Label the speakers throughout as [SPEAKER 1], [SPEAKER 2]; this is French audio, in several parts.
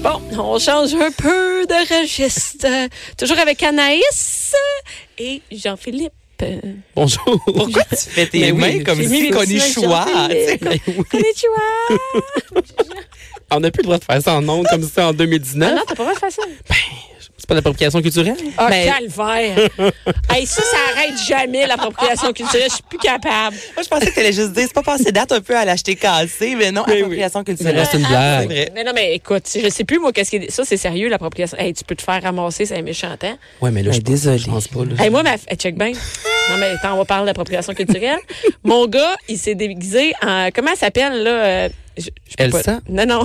[SPEAKER 1] Bon, on change un peu de registre. Euh, Toujours avec Anaïs et Jean-Philippe. Euh,
[SPEAKER 2] Bonjour. Pourquoi tu fais
[SPEAKER 1] Mais oui,
[SPEAKER 2] tes mains comme
[SPEAKER 1] j'ai mis
[SPEAKER 2] si
[SPEAKER 1] mes petits
[SPEAKER 2] Konichiwa,
[SPEAKER 1] mains,
[SPEAKER 2] tu sais?
[SPEAKER 1] Jean-Philippe.
[SPEAKER 2] Ben oui.
[SPEAKER 1] Konnichiwa!
[SPEAKER 2] On n'a plus le droit de faire ça en ondes comme ça en 2019.
[SPEAKER 1] Ah non, t'as pas mal fait ça.
[SPEAKER 2] C'est pas l'appropriation culturelle?
[SPEAKER 1] Ah,
[SPEAKER 3] Ben-
[SPEAKER 1] calvaire! hey, ça, ça arrête jamais l'appropriation culturelle. Je suis plus capable.
[SPEAKER 3] Moi, je pensais que t'allais juste dire, c'est pas passé date un peu à l'acheter cassé, mais non,
[SPEAKER 2] Mais oui.
[SPEAKER 3] appropriation
[SPEAKER 2] Ça
[SPEAKER 3] culturelle.
[SPEAKER 2] reste une
[SPEAKER 3] C'est
[SPEAKER 2] blague.
[SPEAKER 3] vrai.
[SPEAKER 1] Mais non, mais écoute, je sais plus, moi, qu'est-ce qui est. Ça, c'est sérieux, l'appropriation. Hey, tu peux te faire ramasser, c'est méchant, hein?
[SPEAKER 2] Ouais, mais là,
[SPEAKER 3] Ben,
[SPEAKER 2] je pense-
[SPEAKER 3] désolée.
[SPEAKER 2] je pense pas. là.
[SPEAKER 1] Hey, moi, ma... f- hey, check bien. Non, mais attends, on va parler d'appropriation culturelle. Mon gars, il s'est déguisé en. Comment elle s'appelle, là? euh, je- je peux pas-
[SPEAKER 2] Elsa?
[SPEAKER 1] Non, non.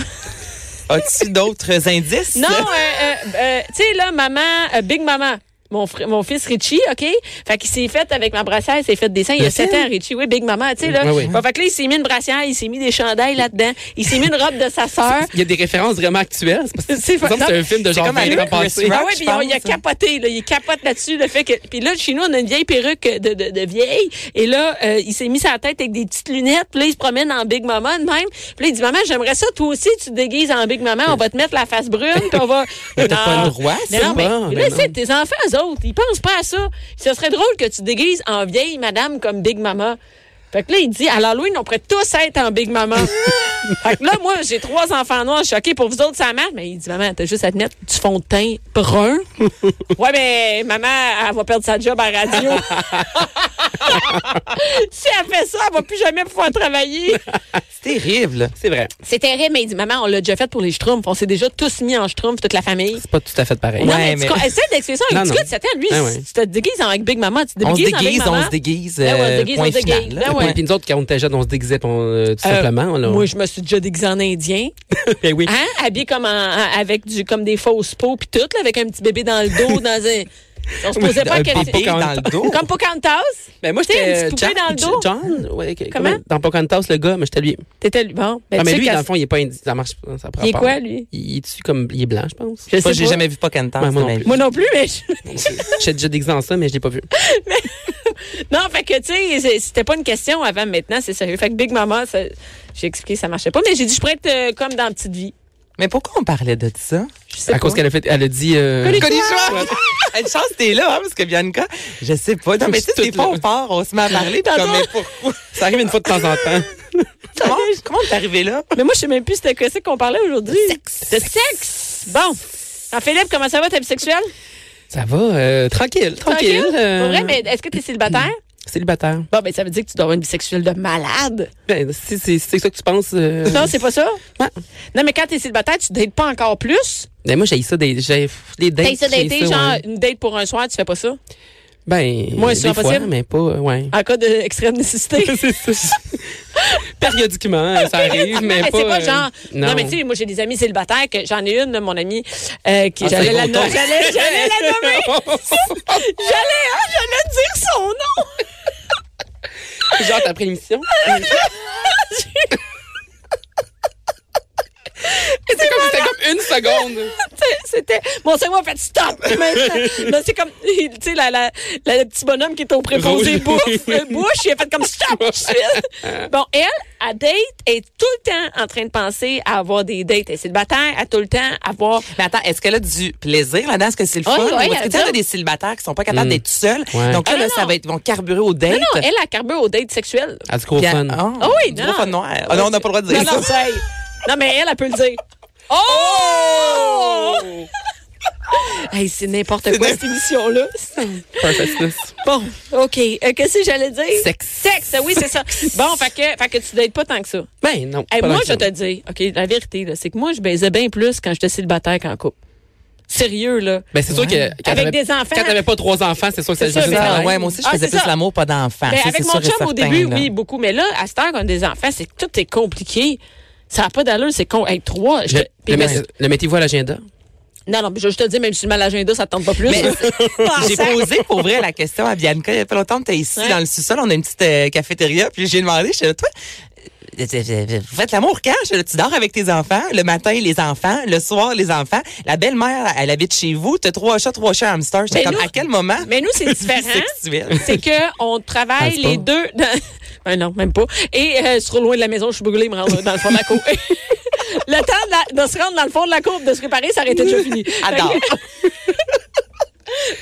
[SPEAKER 3] As-tu d'autres indices?
[SPEAKER 1] Non, euh, euh, euh, tu sais, là, maman, euh, Big Maman. Mon, fr- mon fils Richie, OK? Fait qu'il s'est fait avec ma brassière, il s'est fait des seins il y a
[SPEAKER 2] Le
[SPEAKER 1] 7
[SPEAKER 2] film?
[SPEAKER 1] ans, Richie. Oui, Big Maman, tu sais, là.
[SPEAKER 2] Oui, oui.
[SPEAKER 1] Bon, fait que là, il s'est mis une brassière, il s'est mis des chandails là-dedans, il s'est mis une robe de sa sœur.
[SPEAKER 2] Il y a des références vraiment actuelles. C'est parce que-
[SPEAKER 1] Hein? C'est
[SPEAKER 2] il me semble que c'est
[SPEAKER 1] non.
[SPEAKER 2] un film de
[SPEAKER 3] C'est
[SPEAKER 2] genre
[SPEAKER 3] comme
[SPEAKER 2] 20 ans
[SPEAKER 3] avec Chris
[SPEAKER 2] passé.
[SPEAKER 3] Rock.
[SPEAKER 1] Ah ouais,
[SPEAKER 3] je
[SPEAKER 1] puis on- il a
[SPEAKER 3] pense, hein.
[SPEAKER 1] capoté, là, il capote là-dessus, le fait que... Puis là, chez nous, on a une vieille perruque de, de, de vieille, et là, euh, il s'est mis sa tête avec des petites lunettes, puis là, il se promène en Big Maman de même. Puis là, il dit, « Maman, j'aimerais ça, toi aussi, tu te déguises en Big Maman, on va te mettre la face brune, puis on va... »
[SPEAKER 2] Mais t'as pas le droit,
[SPEAKER 1] Mais
[SPEAKER 2] c'est
[SPEAKER 1] non, mais,
[SPEAKER 2] bon,
[SPEAKER 1] mais
[SPEAKER 2] mais
[SPEAKER 1] là,
[SPEAKER 2] non.
[SPEAKER 1] Ah, c'est tes enfants, eux autres, ils pensent pas à ça. Ce serait drôle que tu te déguises en vieille madame comme Big Mama. Fait que là, il dit, à l'Halloween, on pourrait tous être en Big Mama. fait que là, moi, j'ai trois enfants noirs, je suis OK, pour vous autres, ça marche. Mais il dit, maman, t'as juste à te mettre du fond de teint brun. ouais, mais maman, elle va perdre sa job à radio. si elle fait ça, elle va plus jamais pouvoir travailler.
[SPEAKER 3] C'est terrible.
[SPEAKER 2] Ah, C'est vrai.
[SPEAKER 1] C'est terrible, mais il dit, maman, on l'a déjà fait pour les schtroumpfs. On s'est déjà tous mis en schtroumpf, toute la famille.
[SPEAKER 2] C'est pas tout à fait pareil.
[SPEAKER 1] Non,
[SPEAKER 3] Ouais,
[SPEAKER 1] mais, tu
[SPEAKER 3] mais-
[SPEAKER 1] co- essaie d'expliquer ça
[SPEAKER 2] Non,
[SPEAKER 1] avec un petit
[SPEAKER 2] non.
[SPEAKER 1] gars de 7 ans. Lui,
[SPEAKER 2] Ah ouais.
[SPEAKER 1] tu te déguises en- avec Big Maman. Tu te
[SPEAKER 3] On se
[SPEAKER 1] déguises en Big
[SPEAKER 3] déguise,
[SPEAKER 1] Maman.
[SPEAKER 3] on se déguise.
[SPEAKER 1] Ben ouais, on se
[SPEAKER 3] euh,
[SPEAKER 1] déguise, on
[SPEAKER 3] point
[SPEAKER 1] se déguise.
[SPEAKER 3] final, là.
[SPEAKER 1] Ben
[SPEAKER 2] Et
[SPEAKER 1] ouais.
[SPEAKER 2] puis nous autres, quand on était jeunes, on se déguisait on, euh, tout
[SPEAKER 1] Euh,
[SPEAKER 2] simplement. là.
[SPEAKER 1] Moi, je me suis déjà déguisée en indien.
[SPEAKER 2] Ben oui.
[SPEAKER 1] Hein? Habillée comme, en- en- avec du, comme des fausses peaux, puis tout, là, avec un petit bébé dans le dos, dans un. On se posait pas
[SPEAKER 3] Un
[SPEAKER 1] la question.
[SPEAKER 3] bébé dans le dos.
[SPEAKER 1] Comme Pocahontas?
[SPEAKER 2] Ben moi,
[SPEAKER 1] Tu sais,
[SPEAKER 2] j'étais
[SPEAKER 1] une petite poupée
[SPEAKER 2] John-
[SPEAKER 1] dans le dos.
[SPEAKER 2] John, ouais, que-
[SPEAKER 1] Comment?
[SPEAKER 2] Dans Pocahontas, le gars, mais j'étais lui.
[SPEAKER 1] T'étais lui. Bon, ben,
[SPEAKER 2] Ah,
[SPEAKER 1] tu
[SPEAKER 2] mais
[SPEAKER 1] sais
[SPEAKER 2] lui,
[SPEAKER 1] qu'à-
[SPEAKER 2] dans le fond, il est pas indi- ça marche pas, ça prend
[SPEAKER 1] Il est
[SPEAKER 2] pas.
[SPEAKER 1] quoi, lui?
[SPEAKER 2] Il est comme il est blanc, je
[SPEAKER 1] Je
[SPEAKER 2] pense.
[SPEAKER 3] Moi,
[SPEAKER 1] sais
[SPEAKER 3] j'ai
[SPEAKER 1] pas.
[SPEAKER 3] jamais vu pas Cantor.
[SPEAKER 2] Ouais, moi non plus.
[SPEAKER 1] Moi non plus, mais. je-
[SPEAKER 2] J'étais déjà déguisé en ça, mais je l'ai pas vu.
[SPEAKER 1] Non, fait que, tu sais, c'est- c'était pas une question avant, maintenant, c'est sérieux. Fait que Big Maman, ça- j'ai expliqué, ça marchait pas. Mais j'ai dit, je pourrais être euh, comme dans Petite Vie.
[SPEAKER 3] Mais pourquoi on parlait de ça?
[SPEAKER 1] Je sais
[SPEAKER 2] À
[SPEAKER 1] pas.
[SPEAKER 2] cause qu'elle a fait, elle a dit. euh,
[SPEAKER 1] Connu-
[SPEAKER 3] Konnichiwa! Une chance, t'es là, hein, parce que Bianca, je sais pas. Non, mais tu sais, des
[SPEAKER 2] Toute
[SPEAKER 3] fois,
[SPEAKER 2] là.
[SPEAKER 3] on part, on se met à parler, puis
[SPEAKER 1] Tantôt-
[SPEAKER 3] comme, mais pourquoi?
[SPEAKER 2] Ça arrive une fois de temps en temps.
[SPEAKER 3] Comment, comment t'es arrivé là?
[SPEAKER 1] Mais moi, je sais même plus c'était quoi c'est qu'on parlait aujourd'hui. De sexe. Bon. Alors, Philippe, comment ça va, ta vie sexuelle?
[SPEAKER 2] Ça va, euh, tranquille, tranquille. euh,
[SPEAKER 1] Pour vrai, mais est-ce que tu es célibataire?
[SPEAKER 2] Célibataire.
[SPEAKER 1] Bon, ben, ça veut dire que tu dois avoir une vie sexuelle de malade.
[SPEAKER 2] Ben, si c'est si c'est ça que tu penses. euh,
[SPEAKER 1] Non, c'est pas ça?
[SPEAKER 2] Ouais.
[SPEAKER 1] Non, mais quand tu es célibataire, tu dates pas encore plus.
[SPEAKER 2] ben, moi, j'ai ça des, j'ai pff, des dates.
[SPEAKER 1] T'as ça
[SPEAKER 2] j'ai
[SPEAKER 1] daté,
[SPEAKER 2] ça,
[SPEAKER 1] genre,
[SPEAKER 2] ouais.
[SPEAKER 1] une date pour un soir, tu fais pas ça?
[SPEAKER 2] Ben,
[SPEAKER 1] Moi,
[SPEAKER 2] des
[SPEAKER 1] c'est
[SPEAKER 2] fois,
[SPEAKER 1] impossible.
[SPEAKER 2] mais pas, euh, ouais.
[SPEAKER 1] En cas d'extrême nécessité.
[SPEAKER 2] C'est ça. Périodiquement, euh, ça arrive, mais
[SPEAKER 1] Hey,
[SPEAKER 2] pas.
[SPEAKER 1] c'est pas
[SPEAKER 2] euh,
[SPEAKER 1] genre. Non, mais tu sais, moi, j'ai des amis célibataires que j'en ai une, mon amie, euh, qui.
[SPEAKER 2] Ah,
[SPEAKER 1] j'allais
[SPEAKER 2] c'est
[SPEAKER 1] la
[SPEAKER 2] bon ton.
[SPEAKER 1] nommer. J'allais, j'allais la nommer. J'allais, hein, j'allais dire son nom.
[SPEAKER 2] genre, après l'émission.
[SPEAKER 1] Ah,
[SPEAKER 2] c'est comme, c'était comme une seconde.
[SPEAKER 1] C'était- C'était. Mon cerveau a fait stop! maintenant. Là, c'est comme. Tu sais, la, la, la- le petit bonhomme qui est au préposé
[SPEAKER 2] Rouge.
[SPEAKER 1] bouffe, euh, bouche, il a fait comme stop! tout de suite. bon, elle, à date, est tout le temps en train de penser à avoir des dates. Elle est célibataire, à tout le temps avoir.
[SPEAKER 3] Mais attends, est-ce qu'elle a du plaisir là-dedans? Est-ce que c'est le
[SPEAKER 1] Ouais,
[SPEAKER 3] fun?
[SPEAKER 1] ouais,
[SPEAKER 3] Ou est-ce
[SPEAKER 1] elle
[SPEAKER 3] que tu sais,
[SPEAKER 1] dit-
[SPEAKER 3] t'as des célibataires qui sont pas capables d'être seuls?
[SPEAKER 2] Ouais.
[SPEAKER 3] Donc
[SPEAKER 1] Ah,
[SPEAKER 3] là, là,
[SPEAKER 1] non,
[SPEAKER 3] ça
[SPEAKER 1] non.
[SPEAKER 3] va être, ils vont carburer au date.
[SPEAKER 1] Non, non, elle a carbure aux dates sexuelles.
[SPEAKER 2] Ah, du gros
[SPEAKER 3] Puis
[SPEAKER 2] fun.
[SPEAKER 3] elle- Oh,
[SPEAKER 1] Ah oui,
[SPEAKER 3] du
[SPEAKER 1] non.
[SPEAKER 3] gros fun noir. Ah non, on n'a pas le droit de dire
[SPEAKER 1] non, non,
[SPEAKER 3] ça.
[SPEAKER 1] c'est- non, mais elle, elle peut le dire. Oh!
[SPEAKER 3] Oh!
[SPEAKER 1] Hey, c'est n'importe quoi, cette émission-là.
[SPEAKER 2] Perfectness.
[SPEAKER 1] Bon, OK. Euh, Qu'est-ce que j'allais dire?
[SPEAKER 2] Sexe.
[SPEAKER 1] Sexe, oui, c'est ça. Bon, fait que, fait que tu dates pas tant que ça.
[SPEAKER 2] Ben, non.
[SPEAKER 1] Hey,
[SPEAKER 2] pas
[SPEAKER 1] moi,
[SPEAKER 2] dans
[SPEAKER 1] je
[SPEAKER 2] le
[SPEAKER 1] te dis, OK, la vérité, là, c'est que moi, je baisais bien plus quand j'étais célibataire qu'en couple. Sérieux, là.
[SPEAKER 2] Ben, c'est sûr que. quand
[SPEAKER 1] Avec
[SPEAKER 2] t'avais-
[SPEAKER 1] des enfants.
[SPEAKER 2] Quand t'avais pas trois enfants, c'est sûr que
[SPEAKER 1] C'est
[SPEAKER 2] ça
[SPEAKER 1] sûr,
[SPEAKER 2] juste
[SPEAKER 1] ben,
[SPEAKER 2] ça.
[SPEAKER 3] Ah, ouais, moi aussi, je
[SPEAKER 1] Ah,
[SPEAKER 3] faisais
[SPEAKER 1] c'est
[SPEAKER 3] plus
[SPEAKER 1] ça.
[SPEAKER 3] l'amour, pas d'enfant.
[SPEAKER 1] Ben,
[SPEAKER 3] ah, Ça,
[SPEAKER 1] avec
[SPEAKER 3] c'est
[SPEAKER 1] mon
[SPEAKER 3] sûr et
[SPEAKER 1] chum, au
[SPEAKER 3] certain,
[SPEAKER 1] début,
[SPEAKER 3] là.
[SPEAKER 1] oui, beaucoup. Mais là, à cette heure qu'on a des enfants, c'est que tout est compliqué. Ça n'a pas d'allure, c'est con. Hey, trois. je
[SPEAKER 2] Je-
[SPEAKER 1] te- puis
[SPEAKER 2] le,
[SPEAKER 1] mais-
[SPEAKER 2] met- le mettez-vous à l'agenda?
[SPEAKER 1] non, non, mais je je te dis, même si tu mets à l'agenda, ça ne tente pas plus.
[SPEAKER 3] Mais-
[SPEAKER 1] là. Ah,
[SPEAKER 3] J'ai
[SPEAKER 1] ça-
[SPEAKER 3] posé pour vrai la question à Bianca. Il y a pas longtemps, t'es ici
[SPEAKER 1] Ouais.
[SPEAKER 3] dans le sous-sol, on a une petite euh, cafétéria, puis j'ai demandé, je dis, toi, euh, euh, vous faites l'amour quand? Je dis, tu dors avec tes enfants, le matin les enfants, le soir les enfants, la belle-mère, elle habite chez vous, t'as trois chats, trois chats hamsters. J'étais
[SPEAKER 1] Mais
[SPEAKER 3] comme,
[SPEAKER 1] nous-
[SPEAKER 3] à quel moment?
[SPEAKER 1] Mais nous, c'est différent.
[SPEAKER 3] Sexuel.
[SPEAKER 1] c'est que on travaille
[SPEAKER 2] Ah, c'est
[SPEAKER 1] les
[SPEAKER 2] pas.
[SPEAKER 1] deux. dans- Ben non, même pas. Et euh, c'est trop loin de la maison, je suis brûlée, me rendre dans le fond de la cour. le temps de, la- de se rendre dans le fond de la courbe, de se préparer, ça aurait été déjà fini.
[SPEAKER 3] Adore.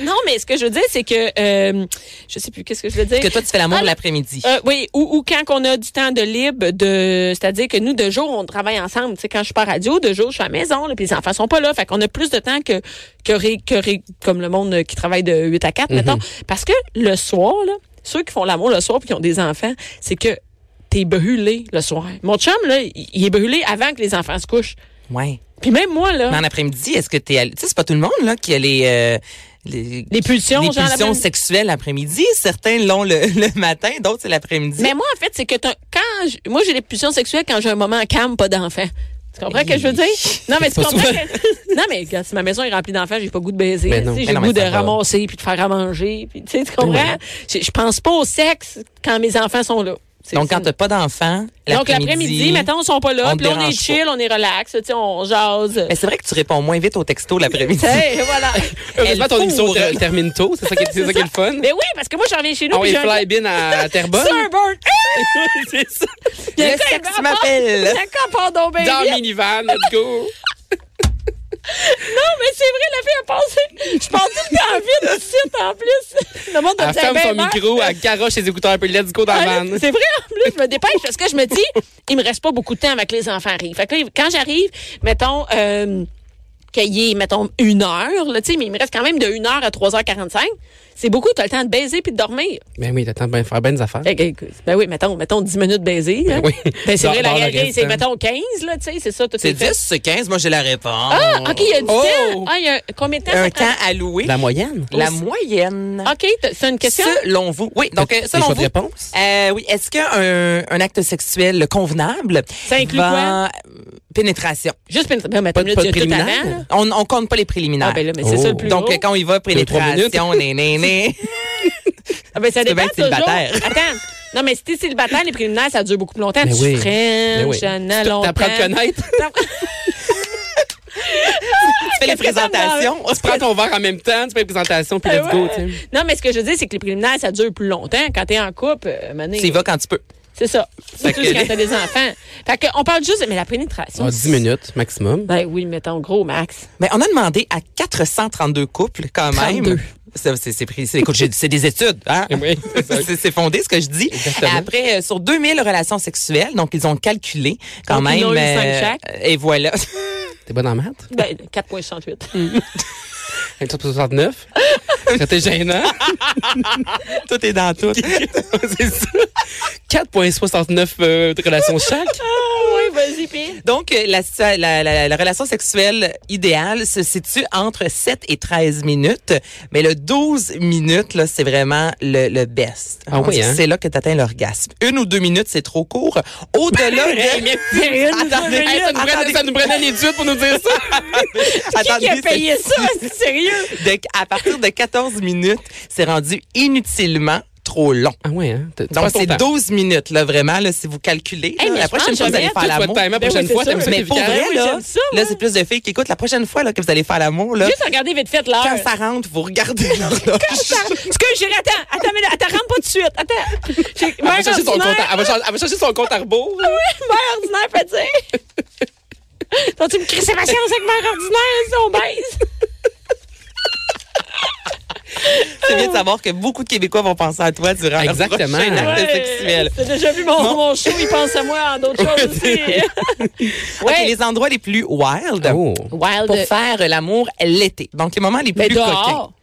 [SPEAKER 1] Non, mais ce que je veux dire, c'est que euh, je sais plus qu'est-ce que je veux dire.
[SPEAKER 3] que toi, tu fais l'amour
[SPEAKER 1] Ah,
[SPEAKER 3] l'après-midi.
[SPEAKER 1] Euh, oui, ou, ou quand on a du temps de libre, de, c'est-à-dire que nous, de jour, on travaille ensemble. Tu sais, quand je suis pas à radio, de jour, je suis à la maison, là, puis les enfants sont pas là. Fait qu'on a plus de temps que, que, ré- que ré- comme le monde euh, qui travaille de 8 à
[SPEAKER 3] Mm-hmm.
[SPEAKER 1] 4, mettons. Parce que le soir, là, ceux qui font l'amour le soir puis qui ont des enfants, c'est que t'es brûlé le soir. Mon chum, là, il il est brûlé avant que les enfants se couchent.
[SPEAKER 3] Ouais.
[SPEAKER 1] Puis même moi, là,
[SPEAKER 3] Mais en après-midi, est-ce que t'es, allé- tu sais, c'est pas tout le monde là qui a les euh, les,
[SPEAKER 1] les pulsions,
[SPEAKER 3] les
[SPEAKER 1] genre, la
[SPEAKER 3] pulsions
[SPEAKER 1] même-
[SPEAKER 3] sexuelles l'après-midi. Certains l'ont le, le matin, d'autres c'est l'après-midi.
[SPEAKER 1] Mais moi, en fait, c'est que t'as- quand j'- moi j'ai des pulsions sexuelles quand j'ai un moment calme, pas d'enfant. Tu comprends ce que je veux dire? Non, mais tu
[SPEAKER 2] C'est pas
[SPEAKER 1] comprends que- Non, mais regarde, si ma maison est remplie d'enfants, j'ai pas le goût de baiser.
[SPEAKER 2] Mais
[SPEAKER 1] Tu
[SPEAKER 2] non.
[SPEAKER 1] sais,
[SPEAKER 2] Mais
[SPEAKER 1] J'ai le
[SPEAKER 3] non, mais
[SPEAKER 1] goût de
[SPEAKER 3] ça va.
[SPEAKER 1] ramasser puis de faire à manger. Puis, tu sais, tu comprends? Je je pense pas au sexe quand mes enfants sont là. C'est-
[SPEAKER 3] Donc quand
[SPEAKER 1] c'est-
[SPEAKER 3] t'as pas d'enfants,
[SPEAKER 1] Donc l'après-midi, mettons, ils sont pas là.
[SPEAKER 3] on
[SPEAKER 1] Puis là, on est
[SPEAKER 3] dérange
[SPEAKER 1] chill, on est relax, tu sais, on jase.
[SPEAKER 3] Mais c'est vrai que tu réponds moins vite aux textos l'après-midi.
[SPEAKER 1] Hey, voilà.
[SPEAKER 2] Heureusement, ton
[SPEAKER 3] Elle
[SPEAKER 2] émission
[SPEAKER 3] fourre.
[SPEAKER 2] ter- termine tôt. C'est ça qui est, c'est ça qui est le fun. Ah
[SPEAKER 1] Mais oui, parce que moi, je reviens chez nous.
[SPEAKER 2] On
[SPEAKER 1] puis
[SPEAKER 2] est
[SPEAKER 1] j'ai un-
[SPEAKER 2] fly-bin à Terrebonne.
[SPEAKER 1] Sunburn!
[SPEAKER 2] C'est ça.
[SPEAKER 1] Il y a
[SPEAKER 3] Le
[SPEAKER 1] un gars, il
[SPEAKER 3] sexe
[SPEAKER 1] part-
[SPEAKER 3] m'appelle.
[SPEAKER 1] Il y a un gars, il part dans le
[SPEAKER 2] Dans
[SPEAKER 1] baby.
[SPEAKER 2] le minivan, let's go.
[SPEAKER 1] Non, mais c'est vrai, la fille a pensé. Je pense tout le temps vide ici, en plus. Le monde me
[SPEAKER 2] Elle
[SPEAKER 1] dit,
[SPEAKER 2] ferme
[SPEAKER 1] ben,
[SPEAKER 2] son
[SPEAKER 1] merde.
[SPEAKER 2] micro, elle garoche ses écouteurs, puis let's go dans la
[SPEAKER 1] Ah,
[SPEAKER 2] van.
[SPEAKER 1] C'est vrai, en plus, je me dépêche parce que je me dis, il me reste pas beaucoup de temps avec les enfants arrivent. Fait que là, quand j'arrive, mettons, euh, qu'il y ait, mettons, une heure, là, tu sais, mais il me reste quand même de 1h à 3h45. C'est beaucoup, t'as le temps de baiser puis de dormir.
[SPEAKER 2] Ben oui, t'attends de bien faire bonnes affaires.
[SPEAKER 1] Fait que, écoute, Ben oui, mettons, mettons 10 minutes de baiser. là.
[SPEAKER 2] oui.
[SPEAKER 1] Ben, c'est
[SPEAKER 2] Dans-
[SPEAKER 1] vrai, la
[SPEAKER 2] dans le
[SPEAKER 1] réalité, c'est,
[SPEAKER 2] restant.
[SPEAKER 1] mettons, 15, là, tu sais, c'est ça, tout
[SPEAKER 3] C'est
[SPEAKER 1] est fait.
[SPEAKER 3] 10, c'est 15, moi j'ai la réponse.
[SPEAKER 1] Ah, OK, il y a du
[SPEAKER 2] Oh!
[SPEAKER 1] temps. Ah, il y a combien de temps ça
[SPEAKER 3] Un
[SPEAKER 1] prend?
[SPEAKER 3] temps alloué.
[SPEAKER 2] La moyenne.
[SPEAKER 3] La moyenne.
[SPEAKER 1] OK, t'as- c'est une Ah, question.
[SPEAKER 3] Selon vous. Oui, donc euh,
[SPEAKER 2] Des
[SPEAKER 3] selon
[SPEAKER 2] choix de
[SPEAKER 3] vous.
[SPEAKER 2] réponse?
[SPEAKER 3] euh, oui, est-ce qu'un un acte sexuel convenable
[SPEAKER 1] Ça inclut
[SPEAKER 3] va- Pénétration.
[SPEAKER 1] Juste une ben, mais
[SPEAKER 2] Pas
[SPEAKER 1] attends
[SPEAKER 2] de-
[SPEAKER 1] une
[SPEAKER 2] pas
[SPEAKER 1] minute,
[SPEAKER 2] de
[SPEAKER 1] il y a tout
[SPEAKER 2] préliminaire? Oh.
[SPEAKER 1] avant, là.
[SPEAKER 3] On, on compte pas les préliminaires.
[SPEAKER 1] Ah, ben là, mais c'est ça le plus
[SPEAKER 3] Donc,
[SPEAKER 1] gros.
[SPEAKER 3] euh, quand il va pénétration, né, né, né.
[SPEAKER 1] Ah, ben, ça
[SPEAKER 3] tu
[SPEAKER 1] dépend
[SPEAKER 3] peux bien être
[SPEAKER 1] toujours.
[SPEAKER 3] célibataire.
[SPEAKER 1] Attends. Non, mais si t'es célibataire, les préliminaires, ça dure beaucoup plus longtemps.
[SPEAKER 2] Mais
[SPEAKER 1] tu
[SPEAKER 2] oui.
[SPEAKER 1] freines,
[SPEAKER 2] Mais Ben oui.
[SPEAKER 1] j'en ai
[SPEAKER 2] Tu
[SPEAKER 1] longtemps.
[SPEAKER 2] t'apprends à te connaître.
[SPEAKER 1] T'apprends-
[SPEAKER 3] Tu fais
[SPEAKER 1] Qu'est-ce que
[SPEAKER 3] les
[SPEAKER 1] ça me
[SPEAKER 3] présentations.
[SPEAKER 2] Tu prends ton verre en même temps, tu fais une présentation, puis
[SPEAKER 1] Ah
[SPEAKER 2] let's go,
[SPEAKER 1] ouais.
[SPEAKER 2] tu sais.
[SPEAKER 1] Non, mais ce que je veux dire, c'est que les préliminaires, ça dure plus longtemps. Quand t'es en couple, euh, mané,
[SPEAKER 3] Tu y vas quand tu peux.
[SPEAKER 1] c'est ça.
[SPEAKER 3] Fait
[SPEAKER 1] Surtout
[SPEAKER 3] que-
[SPEAKER 1] quand t'as des enfants. Fait que, on parle juste de, mais la pénétration.
[SPEAKER 2] Ah, 10 minutes maximum.
[SPEAKER 1] Ben oui, mettons gros, Max.
[SPEAKER 3] Mais on a demandé à 432 couples quand même.
[SPEAKER 1] 32.
[SPEAKER 3] Ça, C'est c'est pris- c'est- écoute, j'ai- c'est des études. Hein?
[SPEAKER 2] Ben Oui, c'est ça.
[SPEAKER 3] C'est c'est fondé ce que je dis.
[SPEAKER 2] Exactement.
[SPEAKER 3] Après, euh, sur 2000 relations sexuelles, donc ils ont calculé quand
[SPEAKER 1] Donc,
[SPEAKER 3] même.
[SPEAKER 1] ils ont eu
[SPEAKER 3] euh,
[SPEAKER 1] cinq
[SPEAKER 3] et voilà.
[SPEAKER 2] T'es bonne en maths?
[SPEAKER 1] Ben, 4,68.
[SPEAKER 2] 169. C'était gênant.
[SPEAKER 3] tout est dans tout.
[SPEAKER 2] c'est ça. 4,69 euh, de relations chaque.
[SPEAKER 1] oui, vas-y, pire.
[SPEAKER 3] Donc, euh, la, situa- la- la- la relation sexuelle idéale se situe entre 7 et 13 minutes, mais le 12 minutes, là, c'est vraiment le, le best.
[SPEAKER 2] Ah oui, hein?
[SPEAKER 3] C'est là que tu atteins l'orgasme. Une ou deux minutes, c'est trop court. Au-delà
[SPEAKER 2] Hey,
[SPEAKER 3] de...
[SPEAKER 2] mais-
[SPEAKER 1] Une ou deux
[SPEAKER 3] Attendez,
[SPEAKER 1] minutes.
[SPEAKER 2] Hey, ça, nous prenait,
[SPEAKER 3] Attendez.
[SPEAKER 2] ça nous prenait une étude pour nous dire ça.
[SPEAKER 1] Qui qui a
[SPEAKER 3] Attendez, c'est-
[SPEAKER 1] payé ça? C'est sérieux?
[SPEAKER 3] de- à partir de 14 minutes, c'est rendu inutilement trop long.
[SPEAKER 2] Ah ouais, hein? T'as- tu
[SPEAKER 3] Donc,
[SPEAKER 2] passes ton
[SPEAKER 3] c'est
[SPEAKER 2] temps.
[SPEAKER 3] 12 minutes, là, vraiment, là, si vous calculez.
[SPEAKER 1] Hey,
[SPEAKER 3] là,
[SPEAKER 1] mais
[SPEAKER 3] la
[SPEAKER 1] je
[SPEAKER 3] prochaine
[SPEAKER 1] pense
[SPEAKER 3] fois,
[SPEAKER 1] que
[SPEAKER 3] vous allez
[SPEAKER 1] j'aimerais
[SPEAKER 2] Toi,
[SPEAKER 3] faire
[SPEAKER 2] tu vas
[SPEAKER 3] l'amour.
[SPEAKER 2] te timer la
[SPEAKER 1] Ben oui,
[SPEAKER 2] prochaine
[SPEAKER 1] c'est
[SPEAKER 2] fois. T'aimes
[SPEAKER 1] sûr.
[SPEAKER 2] ça,
[SPEAKER 3] Mais
[SPEAKER 2] les
[SPEAKER 3] pour
[SPEAKER 2] vulgaires?
[SPEAKER 3] vrai,
[SPEAKER 1] oui,
[SPEAKER 3] là,
[SPEAKER 1] j'aime ça,
[SPEAKER 3] là,
[SPEAKER 1] ouais.
[SPEAKER 3] c'est plus de filles qui écoutent. La prochaine fois là, que vous allez faire l'amour, là,
[SPEAKER 1] Juste regarder vite fait l'heure.
[SPEAKER 3] quand ça rentre, vous regardez l'horloge.
[SPEAKER 1] Ce que j'ai attends, attends, mais là, attends, rentre pas tout de suite. Attends.
[SPEAKER 3] Ah,
[SPEAKER 1] J'ai-
[SPEAKER 2] Elle
[SPEAKER 1] Mère
[SPEAKER 2] va chercher son compte,
[SPEAKER 1] ordinaire, Ah
[SPEAKER 2] elle va chercher- elle va chercher son compte à rebours. là.
[SPEAKER 1] mère ordinaire, fait dire. Donc, tu me crisses ma science avec mère ordinaire, si on baise.
[SPEAKER 3] C'est bien de savoir que beaucoup de Québécois vont penser à toi durant leur
[SPEAKER 2] Exactement.
[SPEAKER 3] prochain acte
[SPEAKER 1] Ouais.
[SPEAKER 3] sexuel.
[SPEAKER 1] T'as déjà vu Ah, mon, mon show, il pense à moi en d'autres choses aussi.
[SPEAKER 3] Ok,
[SPEAKER 1] ouais.
[SPEAKER 3] les endroits les plus wild
[SPEAKER 2] Oh.
[SPEAKER 1] Wild.
[SPEAKER 3] pour faire l'amour l'été. Donc, les moments les plus
[SPEAKER 1] Ben,
[SPEAKER 3] coquins.
[SPEAKER 1] dehors.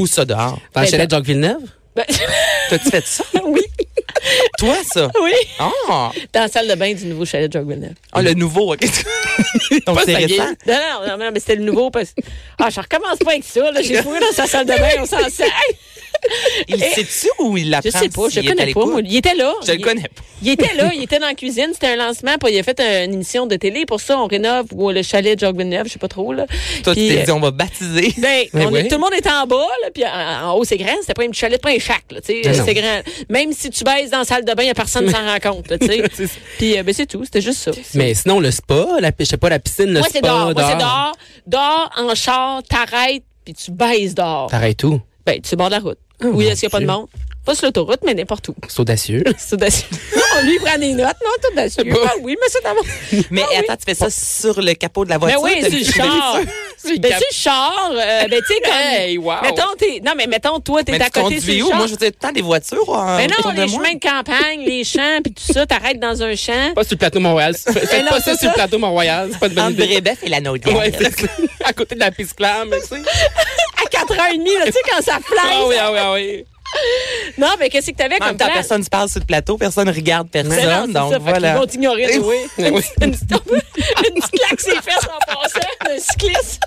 [SPEAKER 3] Ou ça dehors.
[SPEAKER 2] Dans le
[SPEAKER 1] Mais
[SPEAKER 2] chalet de Jacques Villeneuve?
[SPEAKER 1] Ben,
[SPEAKER 3] T'as-tu fait ça?
[SPEAKER 1] oui,
[SPEAKER 3] Toi, ça?
[SPEAKER 1] oui.
[SPEAKER 3] Ah!
[SPEAKER 1] Dans la salle de bain du nouveau chalet de Jogwilner.
[SPEAKER 3] Ah, le nouveau, ok. Donc,
[SPEAKER 2] Pas
[SPEAKER 3] c'est
[SPEAKER 2] sa gueule.
[SPEAKER 3] récent.
[SPEAKER 1] Non, non, non, non, mais c'était le nouveau. Parce... Ah, je recommence pas avec ça. là. J'ai fourré dans sa salle de bain, on s'en sert.
[SPEAKER 3] Il
[SPEAKER 1] Eh,
[SPEAKER 3] sait-tu où il l'apprend?
[SPEAKER 1] Je sais pas, je
[SPEAKER 3] s'il est à
[SPEAKER 1] connais pas.
[SPEAKER 3] l'écoute?
[SPEAKER 1] moi. Il était là.
[SPEAKER 3] Je le
[SPEAKER 1] Il-
[SPEAKER 3] connais pas.
[SPEAKER 1] Il était là, il était dans la cuisine, c'était un lancement, puis il a fait une émission de télé. Pour ça, on rénove ou le chalet de Jacques Villeneuve, je sais pas trop. Là.
[SPEAKER 3] Toi, tu
[SPEAKER 1] Puis,
[SPEAKER 3] t'es
[SPEAKER 1] euh,
[SPEAKER 3] dit, on va baptiser.
[SPEAKER 1] ben,
[SPEAKER 2] Mais
[SPEAKER 1] on
[SPEAKER 2] oui.
[SPEAKER 1] est- tout le monde était en bas, là, puis en, en haut, c'est grand. C'était pas un petit chalet, c'est pas un shack, là, tu sais. euh,
[SPEAKER 2] Mais non.
[SPEAKER 1] C'est grand. Même si tu baisses dans la salle de bain, il y a personne qui s'en rend compte, là, tu sais.
[SPEAKER 2] C'est ça.
[SPEAKER 1] Puis, euh, ben, c'est tout, c'était juste ça.
[SPEAKER 2] Mais sinon, le spa, la, pi- je sais pas, la piscine, le
[SPEAKER 1] Moi,
[SPEAKER 2] spa.
[SPEAKER 1] c'est dehors. Moi, c'est dehors. Dehors, en char, t'arrêtes, puis tu baises dehors.
[SPEAKER 2] T'arrêtes tout.
[SPEAKER 1] Ben, tu es bord de la route. oui,
[SPEAKER 2] Ah, mon
[SPEAKER 1] est-ce qu'il n'y a pas de
[SPEAKER 2] Dieu.
[SPEAKER 1] monde? Pas sur l'autoroute, mais n'importe où.
[SPEAKER 2] C'est audacieux.
[SPEAKER 1] C'est audacieux. On lui prend des notes. Non, c'est audacieux.
[SPEAKER 2] pas-
[SPEAKER 1] Ah oui, mais c'est d'abord. Ah
[SPEAKER 3] Mais attends, tu fais ça sur le capot de la
[SPEAKER 1] Mais
[SPEAKER 3] voiture?
[SPEAKER 1] ben oui,
[SPEAKER 3] t'as
[SPEAKER 1] c'est le
[SPEAKER 3] vu-
[SPEAKER 1] char. Ben, c'est le char. euh, ben, tu sais, comme.
[SPEAKER 2] Hey, wow.
[SPEAKER 1] Mettons, t'es. Non, mais mettons, toi, t'es
[SPEAKER 3] Mais
[SPEAKER 1] à
[SPEAKER 3] tu
[SPEAKER 1] côté
[SPEAKER 3] conduis
[SPEAKER 1] du
[SPEAKER 3] où?
[SPEAKER 1] char.
[SPEAKER 3] Moi, je veux dire, tant des voitures. en-
[SPEAKER 1] Mais non,
[SPEAKER 3] autour de
[SPEAKER 1] les
[SPEAKER 3] moi.
[SPEAKER 1] chemins de campagne, les champs, puis tout ça, t'arrêtes dans un champ.
[SPEAKER 2] Pas sur le plateau Mont-Royal. Faites
[SPEAKER 1] non,
[SPEAKER 2] pas
[SPEAKER 1] c'est
[SPEAKER 2] ça sur
[SPEAKER 1] ça.
[SPEAKER 2] le plateau Mont-Royal. C'est pas de bonne
[SPEAKER 3] Entre
[SPEAKER 2] idée.
[SPEAKER 3] Brébeuf et la Naudière.
[SPEAKER 2] Ouais, c'est ça. à côté de la piste clam, tu sais.
[SPEAKER 1] À 4h30, là, tu sais, quand ça
[SPEAKER 2] Ah oui,
[SPEAKER 1] flamme.
[SPEAKER 2] ah oui, ah oui.
[SPEAKER 1] ah. Non, mais qu'est-ce que t'avais
[SPEAKER 3] en
[SPEAKER 1] comme
[SPEAKER 3] même temps,
[SPEAKER 1] plan?
[SPEAKER 3] personne ne se parle sur le plateau, personne ne regarde
[SPEAKER 1] Ben non,
[SPEAKER 3] personne.
[SPEAKER 1] c'est ça,
[SPEAKER 3] donc
[SPEAKER 1] fait qu'ils
[SPEAKER 3] voilà.
[SPEAKER 1] vont t'ignorer,
[SPEAKER 3] Eh
[SPEAKER 1] oui.
[SPEAKER 2] Eh oui.
[SPEAKER 1] Une petite une petite claque ses fesses en passant d'un cycliste.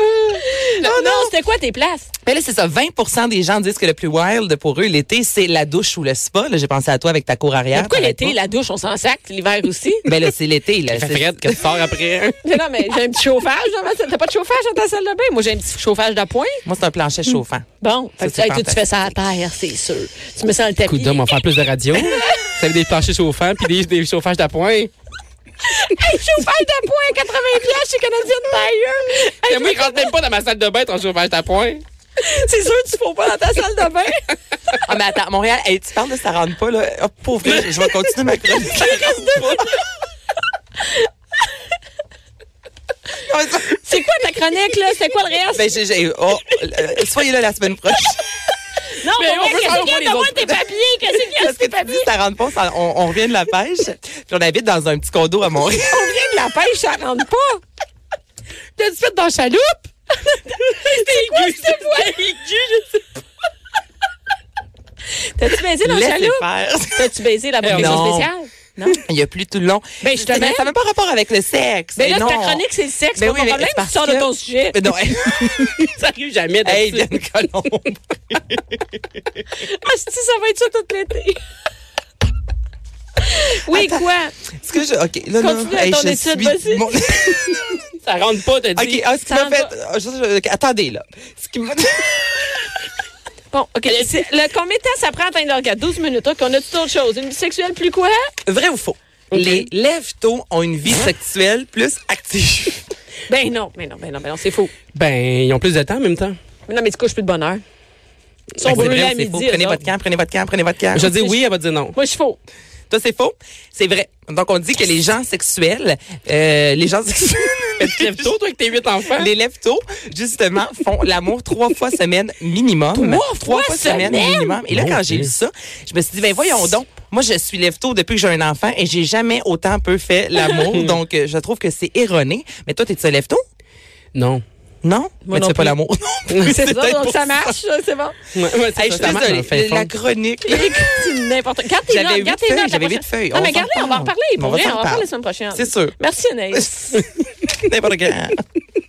[SPEAKER 1] Oh, non, c'était quoi tes places?
[SPEAKER 3] Mais là, c'est ça. 20 des gens disent que le plus wild pour eux l'été, c'est la douche ou le spa. Là, j'ai pensé à toi avec ta cour
[SPEAKER 1] Mais
[SPEAKER 3] arrière.
[SPEAKER 1] pourquoi
[SPEAKER 3] t'arrêtes
[SPEAKER 1] l'été,
[SPEAKER 3] pas.
[SPEAKER 1] la douche, on s'en sac, l'hiver aussi?
[SPEAKER 3] Ben là, c'est l'été. Là.
[SPEAKER 2] Il fait
[SPEAKER 3] C'est-
[SPEAKER 2] frette que tu sors après.
[SPEAKER 1] Mais non, mais j'ai un petit chauffage. non, mais T'as pas de chauffage dans ta salle de bain? Moi, j'ai un petit chauffage d'appoint.
[SPEAKER 3] Moi, c'est un plancher chauffant.
[SPEAKER 1] Bon, fait que
[SPEAKER 3] c'est
[SPEAKER 1] hey, toi, tu fais ça à terre, c'est sûr. Tu me sens le tapis.
[SPEAKER 2] Coup d'homme, on va faire plus de radio. Ça fait des planchers chauffants puis des, des chauffages d'appoint.
[SPEAKER 1] Hey, chauffage d'appoint, 80 pièces chez Canadian Tire. Hey,
[SPEAKER 2] Mais moi, il rentre même pas dans ma salle de bain ton chauffage d'appoint.
[SPEAKER 1] c'est sûr que tu fous pas dans ta salle de bain.
[SPEAKER 3] Ah, mais attends, Montréal, hey, tu parles de ça rentre pas, là. Oh, pauvre, je je vais continuer ma chronique. Ça rentre pas. Ah, mais ça-
[SPEAKER 1] C'est quoi ta chronique, là? C'est quoi le reste?
[SPEAKER 3] ben, j'ai, j'ai- oh, euh, soyez là la semaine prochaine.
[SPEAKER 1] non,
[SPEAKER 2] mais
[SPEAKER 1] pour
[SPEAKER 2] on
[SPEAKER 1] vrai,
[SPEAKER 2] peut
[SPEAKER 1] qu'est-ce
[SPEAKER 2] savoir
[SPEAKER 1] qu'il y a?
[SPEAKER 2] les
[SPEAKER 1] Donne-moi
[SPEAKER 2] autres.
[SPEAKER 1] tes papiers. Qu'est-ce qu'il y a?
[SPEAKER 3] Parce que
[SPEAKER 1] tes
[SPEAKER 3] tu dis
[SPEAKER 1] papiers.
[SPEAKER 3] ça rentre pas, ça- on, on revient de la pêche. Puis on habite dans un petit condo à Montréal.
[SPEAKER 1] On vient de la pêche, ça rentre pas. T'as-tu fait dans la chaloupe? c'est quoi cette voix? T'as-tu baisé dans la
[SPEAKER 3] Laissez
[SPEAKER 1] chaloupe?
[SPEAKER 3] faire.
[SPEAKER 1] T'as-tu baisé la bonne
[SPEAKER 3] non.
[SPEAKER 1] spéciale? Non.
[SPEAKER 3] Il n'y a plus tout le long.
[SPEAKER 1] Ben, je te
[SPEAKER 3] Mais
[SPEAKER 1] mets.
[SPEAKER 3] Ça n'a même pas rapport avec le sexe.
[SPEAKER 1] Mais là,
[SPEAKER 3] non.
[SPEAKER 1] ta chronique, c'est le sexe.
[SPEAKER 3] Ben
[SPEAKER 1] pas
[SPEAKER 3] oui,
[SPEAKER 1] mon
[SPEAKER 3] mais
[SPEAKER 1] problème,
[SPEAKER 3] c'est
[SPEAKER 1] tu
[SPEAKER 3] parce
[SPEAKER 1] sors de
[SPEAKER 3] que-
[SPEAKER 1] ton sujet.
[SPEAKER 3] Mais non, hey,
[SPEAKER 2] Ça arrive jamais de
[SPEAKER 3] hey,
[SPEAKER 2] ça.
[SPEAKER 3] Diane Colombe.
[SPEAKER 1] Ah, si, ça va être ça toute l'été. Oui, quoi?
[SPEAKER 3] Est-ce que je. OK, là, non.
[SPEAKER 1] Continue à ton
[SPEAKER 3] je
[SPEAKER 1] étude,
[SPEAKER 3] suis-
[SPEAKER 1] vas-y.
[SPEAKER 3] mon-
[SPEAKER 2] Ça rentre pas, t'as dit.
[SPEAKER 3] OK, ah, ce qui
[SPEAKER 1] Ça
[SPEAKER 3] m'a fait. je- je- je- attendez, là. Ce qui m'a.
[SPEAKER 1] Bon, OK. C'est- Le, combien de temps ça prend à atteindre l'orgasme? 12 minutes. OK, on a toute autre chose. Une bisexuelle plus quoi?
[SPEAKER 3] Vrai ou faux? Les lève-tôt ont une vie sexuelle plus active.
[SPEAKER 1] Ben non, ben non, ben non, ben non, c'est faux.
[SPEAKER 2] Ben, ils ont plus de temps en même temps.
[SPEAKER 1] Mais non, mais tu couches plus de bonheur. Ils sont
[SPEAKER 3] Fait que Ben, c'est
[SPEAKER 1] brûlés
[SPEAKER 3] vrai
[SPEAKER 1] à
[SPEAKER 3] ou c'est
[SPEAKER 1] midi.
[SPEAKER 3] faux?
[SPEAKER 1] eux
[SPEAKER 3] Prenez
[SPEAKER 1] autres.
[SPEAKER 3] votre camp, prenez votre camp, prenez votre camp.
[SPEAKER 2] Je dis oui, elle va dire non.
[SPEAKER 1] Moi, je suis faux.
[SPEAKER 3] Toi, c'est faux? C'est vrai. Donc, on dit que les gens sexuels, euh, les gens sexuels,
[SPEAKER 2] Tu te lèves tôt, toi, avec tes huit
[SPEAKER 1] Hein?
[SPEAKER 2] enfants.
[SPEAKER 3] les lève-tôt, justement, font l'amour trois fois semaine minimum.
[SPEAKER 1] Trois fois semaine?
[SPEAKER 3] minimum. Et là,
[SPEAKER 2] Mon
[SPEAKER 3] quand j'ai
[SPEAKER 2] Dieu.
[SPEAKER 3] lu ça, je me suis dit, ben voyons donc, moi, je suis lève-tôt depuis que j'ai un enfant et j'ai jamais autant peu fait l'amour. donc, euh, je trouve que c'est erroné. Mais toi, t'es-tu lève-tôt?
[SPEAKER 2] Non.
[SPEAKER 3] Non? mais
[SPEAKER 1] non
[SPEAKER 3] tu fais pas
[SPEAKER 1] plus.
[SPEAKER 3] l'amour. non plus.
[SPEAKER 1] C'est ça,
[SPEAKER 3] peut-être
[SPEAKER 1] donc
[SPEAKER 3] pour
[SPEAKER 1] ça marche, ça, c'est bon.
[SPEAKER 2] Ouais, ouais, c'est ça,
[SPEAKER 3] Hey, je suis
[SPEAKER 2] ça marche dans le
[SPEAKER 3] désolée.
[SPEAKER 2] fin
[SPEAKER 3] La
[SPEAKER 2] fond.
[SPEAKER 3] chronique.
[SPEAKER 1] C'est n'importe Garde tes
[SPEAKER 3] J'avais
[SPEAKER 1] notes,
[SPEAKER 3] huit
[SPEAKER 1] garde tes
[SPEAKER 3] feuilles,
[SPEAKER 1] notes. la
[SPEAKER 3] j'avais
[SPEAKER 1] prochaine-
[SPEAKER 3] huit feuilles.
[SPEAKER 1] Non,
[SPEAKER 3] On
[SPEAKER 1] mais
[SPEAKER 3] s'en
[SPEAKER 1] garde on va en
[SPEAKER 3] parle.
[SPEAKER 1] reparler. Pour
[SPEAKER 3] On va
[SPEAKER 1] vrai,
[SPEAKER 3] s'en
[SPEAKER 1] on va en parler
[SPEAKER 3] parler.
[SPEAKER 1] la semaine prochaine.
[SPEAKER 3] C'est sûr.
[SPEAKER 1] Merci, Anaïs.
[SPEAKER 3] N'importe quand.